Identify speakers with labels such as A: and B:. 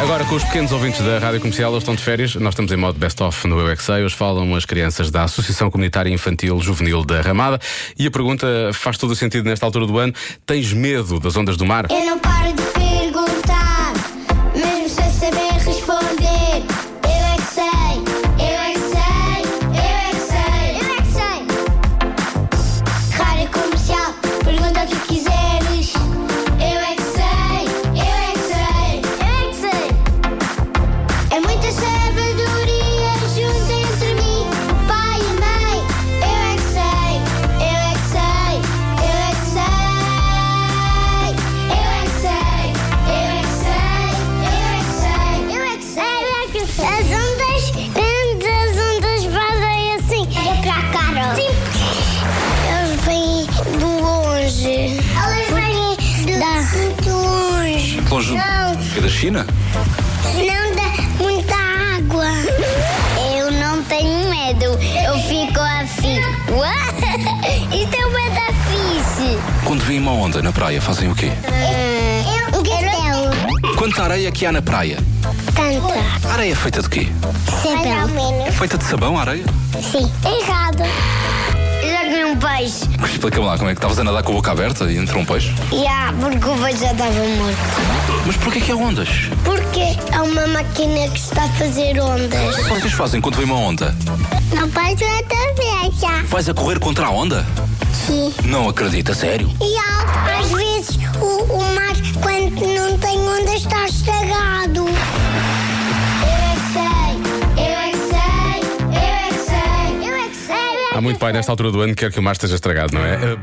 A: Agora, com os pequenos ouvintes da Rádio Comercial, eles estão de férias. Nós estamos em modo best-of no Eu é Que Sei. Hoje falam as crianças da Associação Comunitária Infantil Juvenil da Ramada. E a pergunta faz todo o sentido nesta altura do ano. Tens medo das ondas do mar?
B: Eu não paro de perguntar, mesmo sem saber responder. Eu é que sei, eu é que sei, eu é que sei, eu é que sei. Rádio comercial, pergunta o que quiseres. Eu é que sei, eu é que sei, eu é que sei. É muita sabedoria junto entre mim, o pai e a mãe. Eu é que sei, eu é que sei, eu é que sei. Eu é que sei, eu é que sei, eu é que sei. Eu é que sei, eu é que sei. As ondas, grandes as ondas fazem assim. Olha para a cara. Sim. Eles vêm do longe. Eles vêm da... muito longe.
C: Longe
B: Não.
C: é da China?
B: Não dá muita água. Eu não tenho medo. Eu fico assim. What? Isto é uma da fixe.
C: Quando vêm uma onda na praia, fazem o quê?
B: Um castelo.
C: Quanta areia que há na praia?
B: Canta.
C: A areia é feita de quê?
B: Mais ou
C: É
B: menos.
C: feita de sabão, a areia?
B: Sim. Errado. Eu já comi um peixe.
C: Explica-me lá como é que estavas a nadar com a boca aberta e entrou um peixe.
B: Já, porque o peixe já estava morto.
C: Mas porquê que há ondas?
B: Porque é uma máquina que está a fazer ondas.
C: O que vocês fazem quando vem uma onda?
B: Não pode ver também, já.
C: Vais a correr contra a onda?
B: Sim.
C: Não acredita, sério?
B: E há, às vezes o, o mar, quando não tem onda, está estragado. Eu é que sei, eu é que sei, eu é que sei, eu é que sei.
A: Há muito pai nesta altura do ano que quer que o mar esteja estragado, não é?